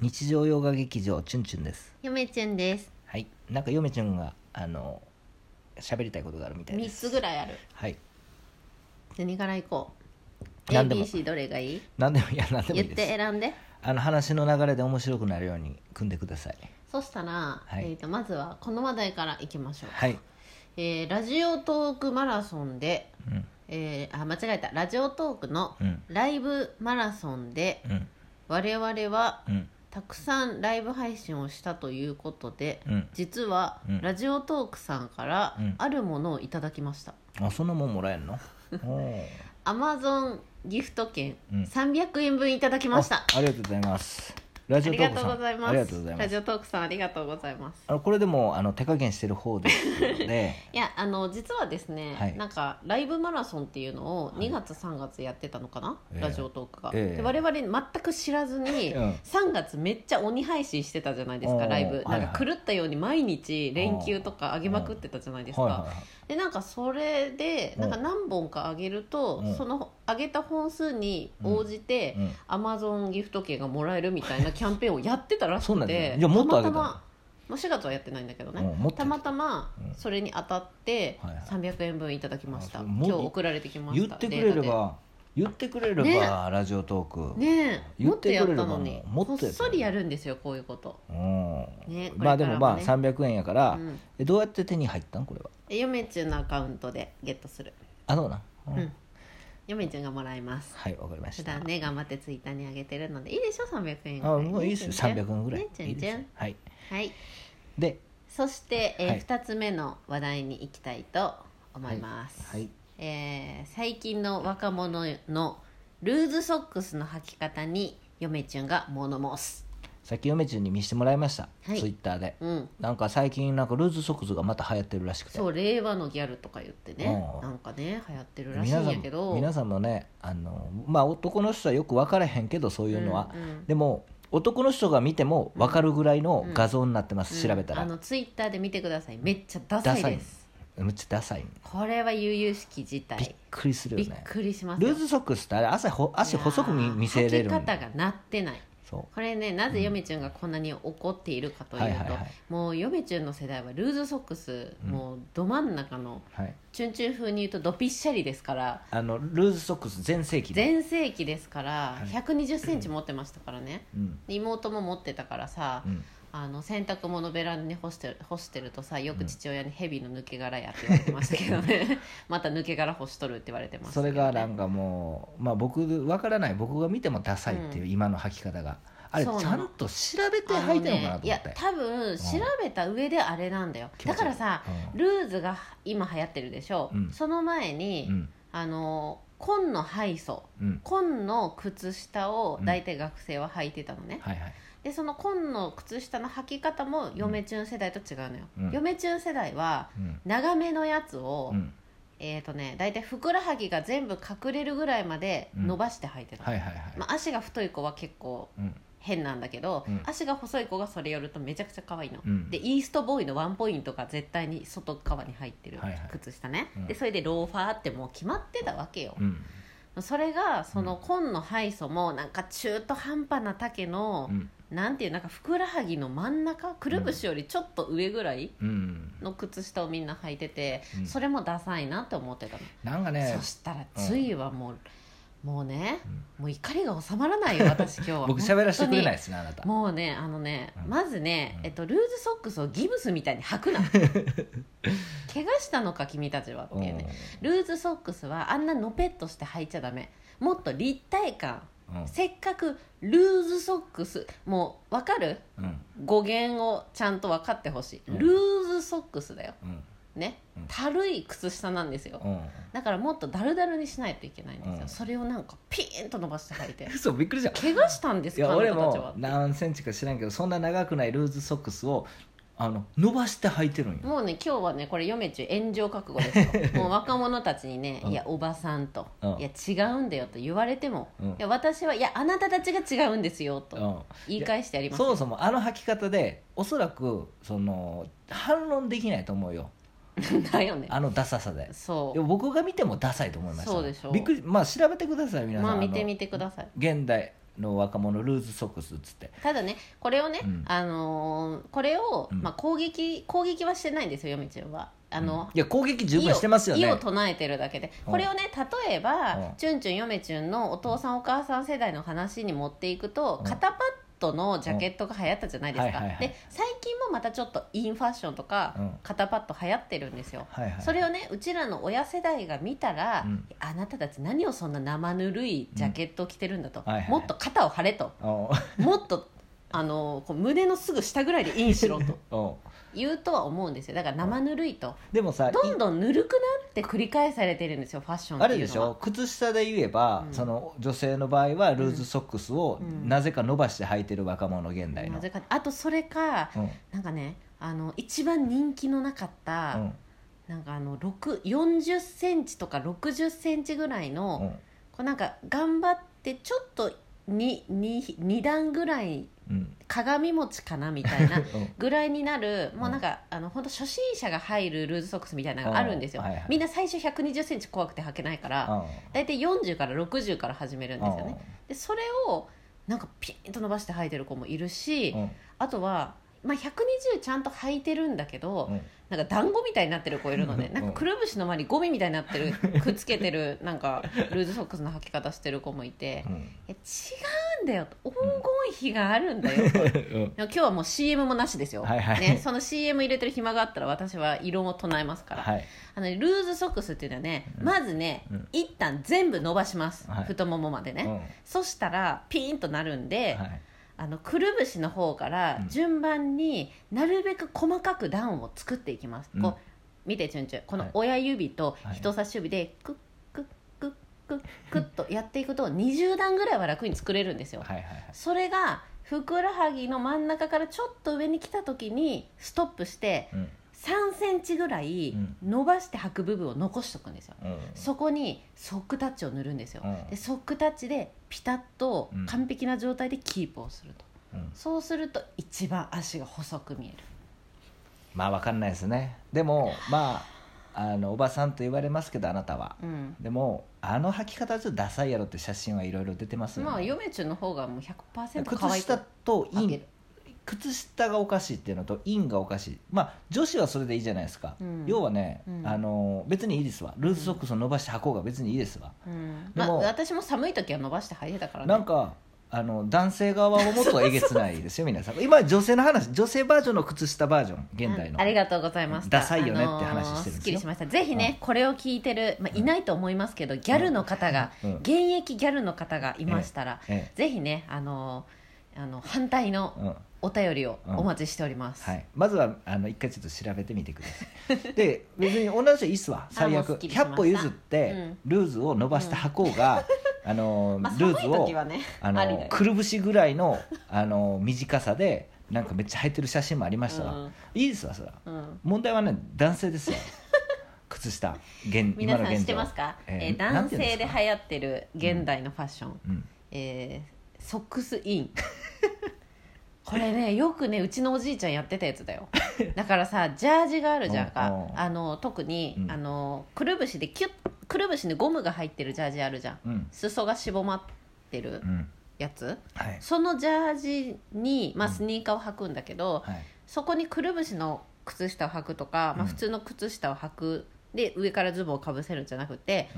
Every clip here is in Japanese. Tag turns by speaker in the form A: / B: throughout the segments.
A: 日常洋画劇場チュンチュンです
B: よめちゅんです
A: はいなんか嫁ちゃんがあの喋りたいことがあるみたいで
B: 3
A: す
B: つぐらいある
A: はい
B: 何から行こう
A: 何でも
B: ABC どれがいい
A: 何でもいや何でもい
B: 言っ
A: い
B: て
A: です
B: 選んで
A: あの話の流れで面白くなるように組んでください
B: そしたら、
A: はい
B: えー、とまずはこの話題からいきましょう、
A: はい
B: えーラジオトークマラソンで、
A: うん
B: えーあ間違えたラジオトークの
A: うん
B: ライブマラソンで
A: うん
B: 我々は
A: うん
B: たくさんライブ配信をしたということで、
A: うん
B: 実は、
A: うん
B: ラジオトークさんから
A: うん
B: あるものをいただきました、
A: あそんなもんもらえる のおー
B: Amazon ギフト券
A: うん
B: 300円分いただきました、
A: あありがとうございますラ
B: あ
A: ジオ
B: り
A: トー
B: が
A: ク
B: と
A: さん
B: うございます。
A: ありがとうございま
B: ラジ
A: す
B: オトークさんありがとうございます。
A: あのこれでもあの手加減してる方 ですので
B: いやあの実はですね、
A: はい
B: なんかライブマラソンっていうのを
A: い
B: 2月3月やってたのかな、
A: ええ
B: ラジオトークが、
A: ええ
B: で我々全く知らずに、
A: うん
B: 3月めっちゃ鬼配信してたじゃないです
A: お
B: か
A: ー
B: ライブ
A: は
B: ないん
A: はい
B: か狂ったように毎日連休とか上げまくってたじゃないですか、
A: はいはいはい
B: でなんかそれで
A: うん
B: なんか何本か上げると、
A: うん
B: その上げた本数に応じて、
A: うんうん
B: Amazon ギフト券がもらえるみたいなキャンペーンをやってたらし
A: そうなん
B: く
A: です
B: て
A: ねじゃあもっと上げた
B: たまたま、まあ、4月はやってないんだけどね、
A: うんもっと
B: たまたま
A: うん
B: それに当たって
A: はいはい
B: 300円分いただきました、
A: あそう
B: 今
A: も
B: 日送られてきました
A: 言ってくれれ
B: デー
A: ば言ってくれれば、
B: ね
A: ラジオトー
B: タ
A: ク、
B: でねえ
A: 言
B: も
A: っ
B: っと
A: て
B: や
A: く
B: っ
A: れれば
B: たのに
A: もっとやっ
B: こ
A: たのに
B: っそりやるんですよこういうこと
A: うん
B: ねこれからもね
A: まあでもまあ300円やから、
B: うん
A: えどうやって手に入ったんこれは
B: えヨメチュンのアカウントでゲットする
A: あそうな、うん
B: うんヨメチュンがもらいます
A: はいわかりまし
B: 普
A: た
B: 段ね頑張ってツイッターに上げてるのでいいでしょ300円ぐ
A: あ
B: らい
A: もういいですよ300円ぐらい、
B: ねちゃ
A: いい
B: んち
A: で
B: ゃ
A: す
B: ん
A: よはい
B: はい
A: で
B: そして、えー
A: はい
B: 2つ目の話題に行きたいと思います、
A: はい
B: えー最近の若者のルーズソックスの履き方に嫁ちゅんが物申す
A: さっき嫁ちゃんに見せてもらいました、
B: はい
A: ツイッターで
B: うん
A: なんか最近なんかルーズソックスがまた流行ってるらしくて
B: そう令和のギャルとか言ってね
A: うん
B: なんかね流行ってるらしい
A: 皆
B: ん
A: さ
B: や
A: ん
B: けど
A: 皆さんもねあの、まあ、男の人はよく分からへんけどそういうのは、
B: うんうん
A: でも男の人が見ても分かるぐらいの画像になってます、調べたら、
B: うんあのツイッターで見てくださいめっちゃダサいです
A: めっちゃダサい
B: これは悠々しき事態
A: びっくりする
B: び
A: よ
B: っ
A: ね
B: くりしますよ
A: ルーズソックスってあれ汗ほ足細く
B: い
A: 見
B: やー
A: 見せれるん
B: 履き方がなってない
A: そ
B: これねなぜヨメチュンがこんなに怒っているかというと、
A: はいはいはい
B: もうヨメチュンの世代はルーズソックス、もうど真ん中の
A: う、はい、
B: チュンチュン風に言うとドピッシャリですから
A: あのルーズソックス全盛期で、
B: 全盛期ですから1 2 0ンチ持ってましたからね、
A: うん
B: で妹も持ってたからさ、
A: うん、
B: あの洗濯物ベランダに干してる干してるとさよく父親に「ヘビの抜け殻や」って言われてましたけどね また抜け殻干しとるって言われてました
A: そ
B: け
A: れ
B: ど
A: が
B: ね、
A: なんかもう、まあ、僕分からない僕が見てもダサいっていう、今の履き方があれち
B: そうなの
A: ゃんと調べて履いてるのかな
B: あ
A: と思
B: ねいや
A: って、
B: 多分調べた上であれなんだよ、
A: 気持ち悪
B: だか
A: い
B: らさ、
A: うん
B: ルーズが今流行ってるでしょ、
A: うん
B: その前に、
A: うん
B: あの紺の敗訴
A: うん、
B: 紺の靴下を大体学生は履いてたのね、
A: はいはい
B: でその紺の靴下の履き方も嫁チュン世代と違うのよ、
A: うん
B: 嫁チュン世代は
A: うん
B: 長めのやつを、
A: うん
B: えっ、とね大体ふくらはぎが全部隠れるぐらいまで伸ばして履いてた、
A: はいはいはい、
B: まあ、足が太い子は結構
A: うん
B: 変なんだけど、
A: うん
B: 足が細い子がそれよるとめちゃくちゃ可愛いの、
A: うん
B: でイーストボーイのワンポイントが絶対に外側に入ってる
A: はいはい
B: 靴下ね、
A: うん
B: でそれでローファーってもう決まってたわけよ
A: う、ん
B: それがその紺の敗訴もなんか中途半端な丈の
A: う、ん
B: なんていうなんかふくらはぎの真ん中くるぶしよりちょっと上ぐらい
A: うん、
B: の靴下をみんな履いてて、
A: うん
B: それもダサいなって思ってたの、
A: なんかね
B: そしたらついはもう、もうね、もう怒りが収まらないよ私今日は
A: 僕喋らせてくれない
B: 本当に
A: ですねあなた
B: もうねあのね、
A: うん
B: まずね、
A: うん
B: えっと、ルーズソックスをギブスみたいに履 くな怪我したのか君たちはっていうねルーズソックスはあんなのぺっとして履いちゃダメもっと立体感
A: うんうん
B: せっかくルーズソックスもう分かる
A: うん
B: 語源をちゃんと分かってほしい、
A: うん
B: ルーズソックスだよ
A: うん
B: ね
A: うん
B: たるい靴下なんですよ、
A: うん
B: だからもっとダルダルにしないといけないんですよ、
A: うん
B: それをなんかピーンと伸ばして履いて
A: 嘘びっくりした
B: 怪我したんです
A: い
B: か
A: や
B: あな
A: 俺
B: たたちは
A: も何センチか知らんけどそんな長くないルーズソックスをあの伸ばして履いてるんよ
B: もうね今日はねこれ嫁中炎上覚 悟ですよもう若者たちにね「
A: うん
B: いやおばさん」と
A: うん
B: 「いや違うんだよ」と言われても「
A: うん
B: いや私はいやあなたたちが違うんですよ」と言い返してや
A: う
B: り
A: ん、
B: ます
A: そもそもあの履き方でおそらくその反論できないと思うよ
B: だよね
A: あのダサさで
B: そ
A: でも僕が見てもダサいと思いました
B: そうでしょう
A: びっくりまあ調べてくださいう皆さん
B: まあ見
A: あ
B: て
A: の
B: みてください
A: 現代の若者ルーズソックスっつって
B: ただねこれをね、
A: うん
B: あのーこれを、
A: うん
B: まあ、攻撃攻撃はしてないんですよみちゃんはあの、
A: いや攻撃十分してますよね
B: 意を唱えてるだけで
A: うん
B: これをね例えば、
A: うん
B: チュンチュンヨメチュンのお父さんお母さん世代の話に持っていくと、
A: うん
B: 肩パッドのジャケットが流行ったじゃないですか、
A: うんはいはいはい
B: で最近もまたちょっとインファッションとか、
A: うん
B: 肩パッド流行ってるんですよ
A: はいはい
B: それをねうちらの親世代が見たら、
A: うん
B: あなたたち何をそんな生ぬるいジャケットを着てるんだと、
A: うんはいはい
B: もっと肩を張れ と
A: お
B: もっとあのこう胸のすぐ下ぐらいでインしろと
A: うお
B: 言うとは思うんですよだから生ぬるいと
A: うでもさ
B: どんどんぬるくなって繰り返されてるんですよファッション
A: あ
B: って
A: れ
B: い
A: で
B: う
A: し
B: のは
A: ょ靴下で言えば、
B: うん
A: その女性の場合はルーズソックスを
B: うん
A: なぜか伸ばして履いてる若者現代の、
B: なぜかあとそれか
A: うん
B: なんかねあの一番人気のなかった、
A: うん
B: なんかあの6 40センチとか60センチぐらいの、
A: うん
B: こうなんか頑張ってちょっと 2, 2, 2段ぐらい
A: うん
B: 鏡餅かなみた いな
A: うん
B: ぐらいになるもうなんか、あの本当初心者が入るルーズソックスみたいなのがあるんですよ、
A: うんはいはい
B: みんな最初1 2 0センチ怖くて履けないから大体40から60から始めるんですよねでそれをなんかピンと伸ばして履いてる子もいるし、
A: うんうん
B: あとは、まあ、120ちゃんと履いてるんだけど、
A: うん
B: なんか団子みたいになってる子いるので、
A: うん
B: なんかくるぶしの周りゴミみたいになってるくっつけてるなんかルーズソックスの履き方してる子もいて
A: うん
B: 「いや違うんだよ」と「黄金比があるんだよ」と。で
A: うん
B: も今日はもう CM もなしですよ、
A: はいはい
B: ね、その CM 入れてる暇があったら私は異論を唱えますから、
A: はい
B: あのねルーズソックスっていうのはね、
A: うん
B: まずね、
A: うん
B: 一旦全部伸ばします、
A: はい
B: 太ももまでね、
A: うんは
B: そしたらピーンとなるんで、
A: い
B: あのくるぶしの方から
A: うん
B: 順番になるべく細かく段を作っていきます、
A: うん
B: こう見てチュンチュンこの親指と
A: はい
B: 人差し指でクックックックックッとやっていくと20段ぐらいは楽に作れるんですよ、
A: はいはいはい
B: それがふくらはぎの真ん中からちょっと上に来た時にストップして
A: うん
B: 3センチぐらい
A: うん
B: 伸ばして履く部分を残しとくんですよ
A: うん
B: そこにソックタッチを塗るんですよ
A: うん
B: でソックタッチでピタッと完璧な状態でキープをすると
A: うん
B: そうすると一番足が細く見える
A: まあわかんないですねでもまああのおばさんと言われますけどあなたは
B: うん
A: でもあの履き方はちょっとダサいやろって写真はいろいろ出てますよね
B: まあ嫁中の方がもう100%可
A: 靴
B: 愛い
A: 下とイ
B: あげ
A: ン
B: る
A: 靴下がおかしいっていうのとインがおかしいまあ女子はそれでいいじゃないですか、
B: うん
A: 要はね、
B: うん
A: あの別にいいですわルーズソックスを伸ばして履こうが別にいいですわ、
B: うん
A: で
B: まあ
A: も
B: 私も寒い時は伸ばして履いてたからね
A: なんかあの男性側はもっとえげつないですよ皆 さん今女性の話女性バージョンの靴下バージョン現代の
B: あありがとうございました
A: ダサいよねって話してるんですよ
B: あのーっきりしましたぜひね、これを聞いてる、まあ、いないと思いますけど、ギャルの方が、
A: うん
B: 現役ギャルの方がいましたら、
A: え
B: ぜひねあのーあの反対
A: え
B: の
A: うん
B: お便りをお待ちしております、
A: はい、まずはあの一回ちょっと調べてみてくださいで別に同じ人いいっすわ最
B: も
A: 悪
B: うすっきりしました
A: 100歩譲って、
B: うん
A: ルーズを伸ばして履こう が、あの
B: まあ、
A: ル
B: 寒い
A: ーズを
B: 時はね
A: あ
B: ありだ
A: の
B: よ
A: くるぶしぐらいの あの短さでなんかめっちゃ履いてる写真もありましたわ、
B: うん
A: いいですわそれは
B: うん
A: 問題はね男性 ですよ靴下現今
B: 皆
A: の
B: さん知っ
A: 現
B: て
A: 状
B: ますか、
A: え
B: え
A: ー
B: ー男性で流
A: なんていうんですか
B: 行ってる現代のファッション、
A: うん
B: えーソックスイン これねよくねうちのおじいちゃんやってたやつ だよだからさジャージがあるじゃん
A: うんう
B: か
A: ん
B: あの特に、
A: うん
B: あのくるぶしでキュッくるぶしにゴムが入ってるジャージあるじゃん
A: うん
B: 裾がしぼまってる
A: うん
B: やつ
A: はい
B: そのジャージに、まあ、
A: うん
B: スニーカーを履くんだけど、
A: はい
B: そこにくるぶしの靴下を履くとか、ま
A: うん
B: あ、普通の靴下を履くで上からズボンをかぶせるんじゃなくて、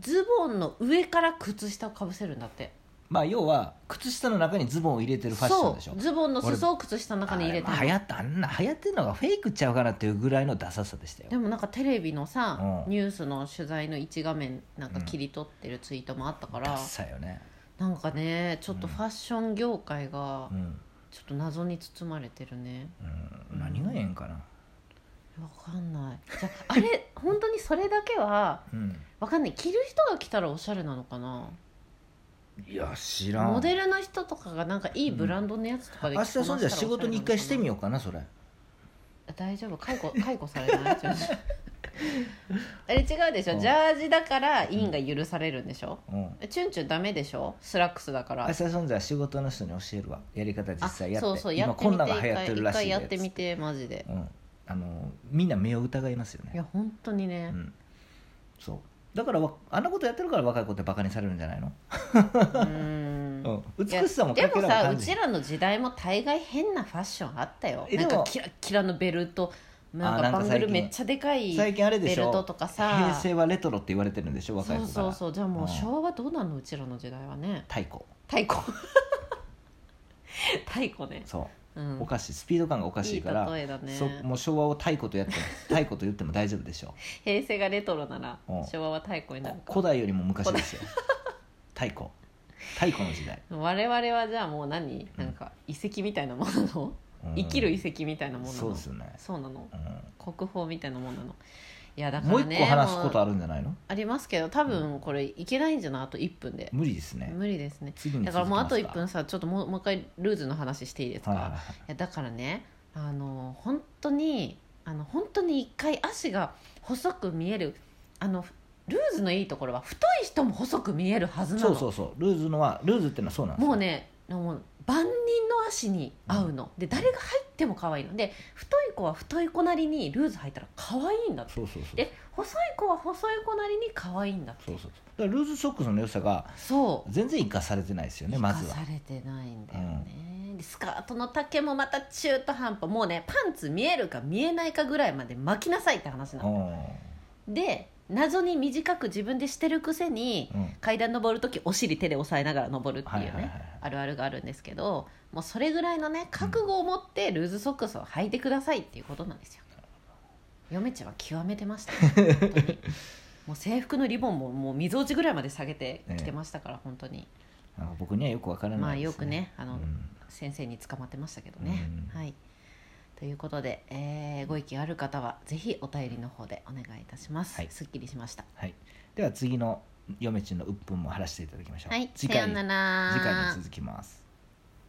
B: ズボンの上から靴下をかぶせるんだって
A: まあ要は靴下の中にズボンを入れてるファッションでしょ
B: そうズボンの裾を靴下の中に入れた
A: あ
B: の
A: れ流行ったあんな流行ってるのがフェイクちゃうかなっていうぐらいのダサさでしたよ
B: でもなんかテレビのさ、
A: うん
B: ニュースの取材の一画面なんか切り取ってるツイートもあったから、
A: ダサいよね、
B: なんかねちょっとファッション業界が
A: うん
B: ちょっと謎に包まれてるね
A: うん、何がええんかな、
B: わかんないじゃああれ本当にそれだけは
A: うん、
B: わかんない着る人が着たらおしゃれなのかない
A: や知らん
B: モデルの人とかがなんかいいブランドのやつとかで
A: 明日そんじゃ仕事に一回してみ
B: よ
A: ようかなそれ
B: う大丈夫解雇解雇されないちょっとあれ違うでし
A: う
B: ょ
A: ん
B: ジャージだからインが許されるんでしょ
A: うん
B: チュンチュンダメでしょスラックスだか
A: 明
B: ら
A: 日そんじゃ仕事の人に教えるわやり方実
B: あ
A: 際やって
B: そうそうや
A: 今
B: って
A: こ
B: み
A: ん
B: て
A: な
B: 一
A: んが流行っ
B: 回
A: てる
B: 一
A: らしい
B: 回
A: で
B: やってみてマジで
A: うん、あのみんな目を疑いますよ
B: い
A: ね
B: や本当にね
A: うんそうだからわあんなことやってるから若い子ってバカにされるんじゃないの
B: うーん
A: うん、美しさも
B: で
A: かけら
B: もさ
A: も
B: う
A: 感じ
B: ちらの時代も大概変なファッションあったよ
A: え
B: なん
A: で
B: か
A: も
B: キラッキラのベルトなん
A: あな
B: か
A: んか
B: バン
A: 最
B: グ
A: 近
B: ルめっちゃでかい
A: 最
B: ベ
A: 近あれでし
B: ル
A: ょ
B: トとか
A: 平
B: さ
A: 成はレトロって言われてるんでしょ若
B: そ
A: いう子か
B: そ
A: ら
B: うそうじゃあもううん昭和どうなのうちらの時代はね
A: 太鼓
B: 太鼓 太鼓ね
A: そうう、
B: ん
A: おかしいスピード感がおかしいから
B: い例えだね
A: そもう昭和を太鼓とやって も太鼓と言っても大丈夫でしょ
B: 平成がレトロなら
A: うん
B: 昭和は太鼓になる
A: 古代よりも昔ですよ太鼓太鼓の時代、
B: 我々はじゃあもう何なんか遺跡みたいなものなの
A: うん
B: 生きる遺跡みたいなものな
A: そう
B: の
A: ですよね、
B: そうなの
A: う
B: 国宝みたいなもんなのいやだ
A: ん
B: か
A: もう
B: ら
A: 一
B: ね
A: 個話すこと
B: もう
A: あるんじゃないの
B: ありますけど多分これいけないんじゃないあと1分で
A: 無理ですね
B: 無理ですね
A: 次に
B: だからもうあと
A: 続き
B: 1
A: ます
B: 分さちょっともうもう一回ルーズの話していいですか、
A: はいはい
B: い
A: はい
B: やだからねあの本当にあの本当に一回足が細く見えるあのルーズのいいところは太い人も細く見えるはずなの
A: そうそうそうルーズのはルーズっていうのはそうなんですよ
B: もうねもう万人の足に合うの、で誰が入っても可愛いので太い子は太い子なりにルーズ履いたら可愛いんだって
A: そうそうそう
B: で細い子は細い子なりに可愛いんだって
A: そうそうそうだからルーズソックスの良さが
B: そう
A: 全然生かされてないですよねまず
B: 生
A: は
B: かされてないんだよね、でスカートの丈もまた中途半端もうねパンツ見えるか見えないかぐらいまで巻きなさいって話な
A: う
B: の、
A: ん
B: で謎に短く自分でしてるくせに
A: うん
B: 階段登る時お尻手で押さえながら登るってい
A: は
B: う
A: い
B: ね、
A: はいはい
B: あるあるがあるんですけどもうそれぐらいのね覚悟を持ってルーズソックスを履いてくださいっていうことなんですよ、嫁ちゃんは極めてました、ね、本当にもう制服のリボンももう溝落ちぐらいまで下げてきてましたから、本当に
A: なんか僕にはよくわからな
B: まあ
A: いで
B: よ
A: す
B: くねあの、
A: うん
B: 先生に捕まってましたけどね、
A: うん
B: はいということで、えーご意見ある方はぜひお便りの方でお願いいたします、
A: はい
B: すっきりしました
A: はい、では次の嫁ちんの鬱憤も晴らしていただきましょう、
B: はい
A: 次
B: さよ
A: 回
B: うな
A: 次
B: ら
A: 回に続きます